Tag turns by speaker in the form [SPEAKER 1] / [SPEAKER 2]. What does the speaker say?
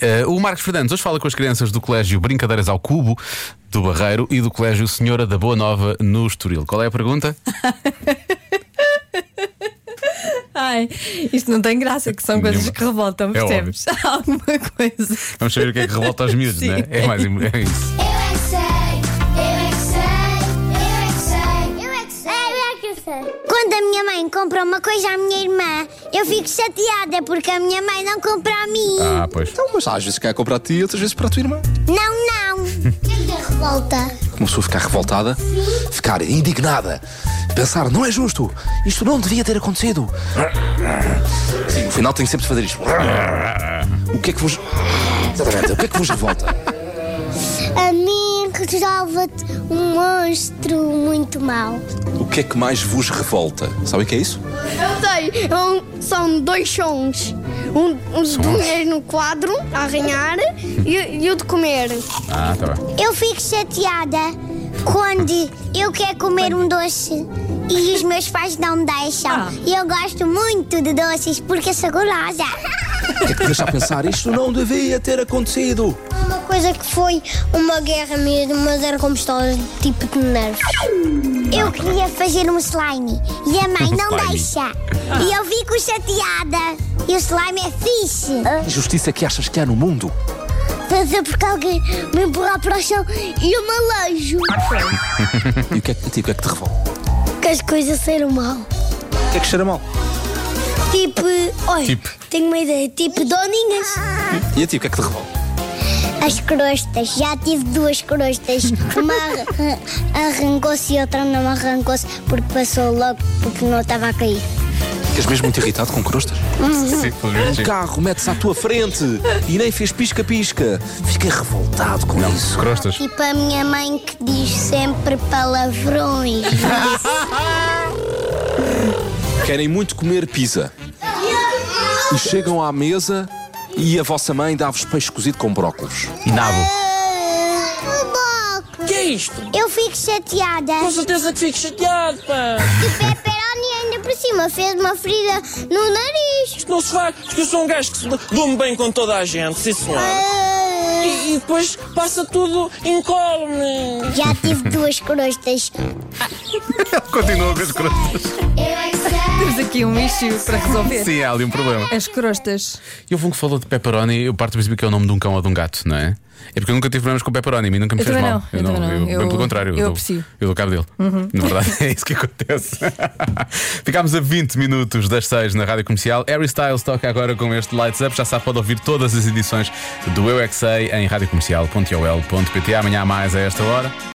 [SPEAKER 1] Eh, o Marcos Fernandes hoje fala com as crianças do Colégio Brincadeiras ao Cubo do Barreiro e do Colégio Senhora da Boa Nova no Estoril. Qual é a pergunta?
[SPEAKER 2] Ai, isto não tem graça, que são coisas
[SPEAKER 1] Nenhuma.
[SPEAKER 2] que revoltam,
[SPEAKER 1] É óbvio.
[SPEAKER 2] percebes? Há Alguma coisa.
[SPEAKER 1] Vamos saber o que é que revolta aos miúdos,
[SPEAKER 2] Sim.
[SPEAKER 1] não é? É mais é isso.
[SPEAKER 3] Eu é que sei, eu é que sei, eu é que sei, eu é que sei, eu é que sei. Quando a minha mãe compra uma coisa à minha irmã, eu fico chateada porque a minha mãe não compra a mim.
[SPEAKER 1] Ah, pois.
[SPEAKER 4] Então, mas às vezes quer comprar a ti e outras vezes para a tua irmã.
[SPEAKER 3] Não, não. Que revolta.
[SPEAKER 4] Uma pessoa ficar revoltada, ficar indignada, pensar, não é justo, isto não devia ter acontecido. Sim, no final tenho sempre de fazer isto. O que é que vos. Exatamente, o que é que vos revolta?
[SPEAKER 3] A mim resolve-te um monstro muito mau.
[SPEAKER 4] O que é que mais vos revolta? Sabem o que é isso?
[SPEAKER 5] Eu sei, é um- são dois sons. Um, um dinheiro no quadro, a arranhar, e, e o de comer.
[SPEAKER 1] Ah, tá bem.
[SPEAKER 3] Eu fico chateada quando eu quero comer um doce e os meus pais não me deixam.
[SPEAKER 2] Ah.
[SPEAKER 3] E eu gosto muito de doces porque sou gulosa.
[SPEAKER 4] O que é que vos deixa a pensar? Isto não devia ter acontecido.
[SPEAKER 3] Uma coisa que foi uma guerra mesmo, mas era como histórias de tipo de nervos. Eu queria fazer um slime e a mãe não
[SPEAKER 1] Slime.
[SPEAKER 3] deixa. E eu fico chateada. E o slime é fixe.
[SPEAKER 4] A injustiça que achas que há no mundo?
[SPEAKER 3] Fazer porque alguém me empurrar para o chão e eu me aleijo.
[SPEAKER 4] E o que é que, a ti, o que, é que te revolta?
[SPEAKER 3] Que as coisas saíram mal.
[SPEAKER 4] O que é que cheira mal?
[SPEAKER 3] Tipo, olha,
[SPEAKER 1] Tipo.
[SPEAKER 3] tenho uma ideia. Tipo doninhas.
[SPEAKER 4] E a ti, o que é que te revolta?
[SPEAKER 3] As crostas, já tive duas crostas. Uma arran- arrancou-se e outra não arrancou-se porque passou logo porque não estava a cair.
[SPEAKER 4] Ficas mesmo muito irritado com crostas?
[SPEAKER 1] Sim, pelos miúdos, sim.
[SPEAKER 4] Um carro mete-se à tua frente e nem fez pisca-pisca. Fiquei revoltado com isso.
[SPEAKER 1] Crostas.
[SPEAKER 3] Tipo a minha mãe que diz sempre palavrões.
[SPEAKER 4] Querem muito comer pizza. E chegam à mesa e a vossa mãe dá-vos peixe cozido com brócolos.
[SPEAKER 1] E nabo.
[SPEAKER 3] que é isto? Ah, Eu fico chateada.
[SPEAKER 6] certeza que fico chateado, pá.
[SPEAKER 3] E pepperoni é ainda por cima fez uma ferida no nariz.
[SPEAKER 6] Isto não se faz, porque eu sou um gajo que se dou-me bem com toda a gente, sim senhora.
[SPEAKER 3] Ah,
[SPEAKER 6] E, e depois passa tudo, encolhe-me.
[SPEAKER 3] Já tive duas crostas.
[SPEAKER 1] Continua com as crostas.
[SPEAKER 3] Eu é que sei.
[SPEAKER 2] Temos aqui um issue para resolver.
[SPEAKER 1] Sim, há ali um problema.
[SPEAKER 2] As crostas.
[SPEAKER 1] E houve um que falou de pepperoni, eu parto do princípio que é o nome de um cão ou de um gato, não é? É porque eu nunca tive problemas com pepperoni, a mim nunca me
[SPEAKER 2] Eu
[SPEAKER 1] fez
[SPEAKER 2] também
[SPEAKER 1] mal.
[SPEAKER 2] não, eu também não.
[SPEAKER 1] bem
[SPEAKER 2] Eu-
[SPEAKER 1] pelo contrário,
[SPEAKER 2] eu
[SPEAKER 1] dou,
[SPEAKER 2] aprecio. Uhum.
[SPEAKER 1] eu dou cabo dele. Na verdade, é isso que acontece. Ficámos a 20 minutos das 6 na rádio comercial. Harry Styles toca agora com este Lights Up. Já sabe, pode ouvir todas as edições do Eu é Que Sei em radiocomercial.ol.pt. Amanhã há mais a esta hora.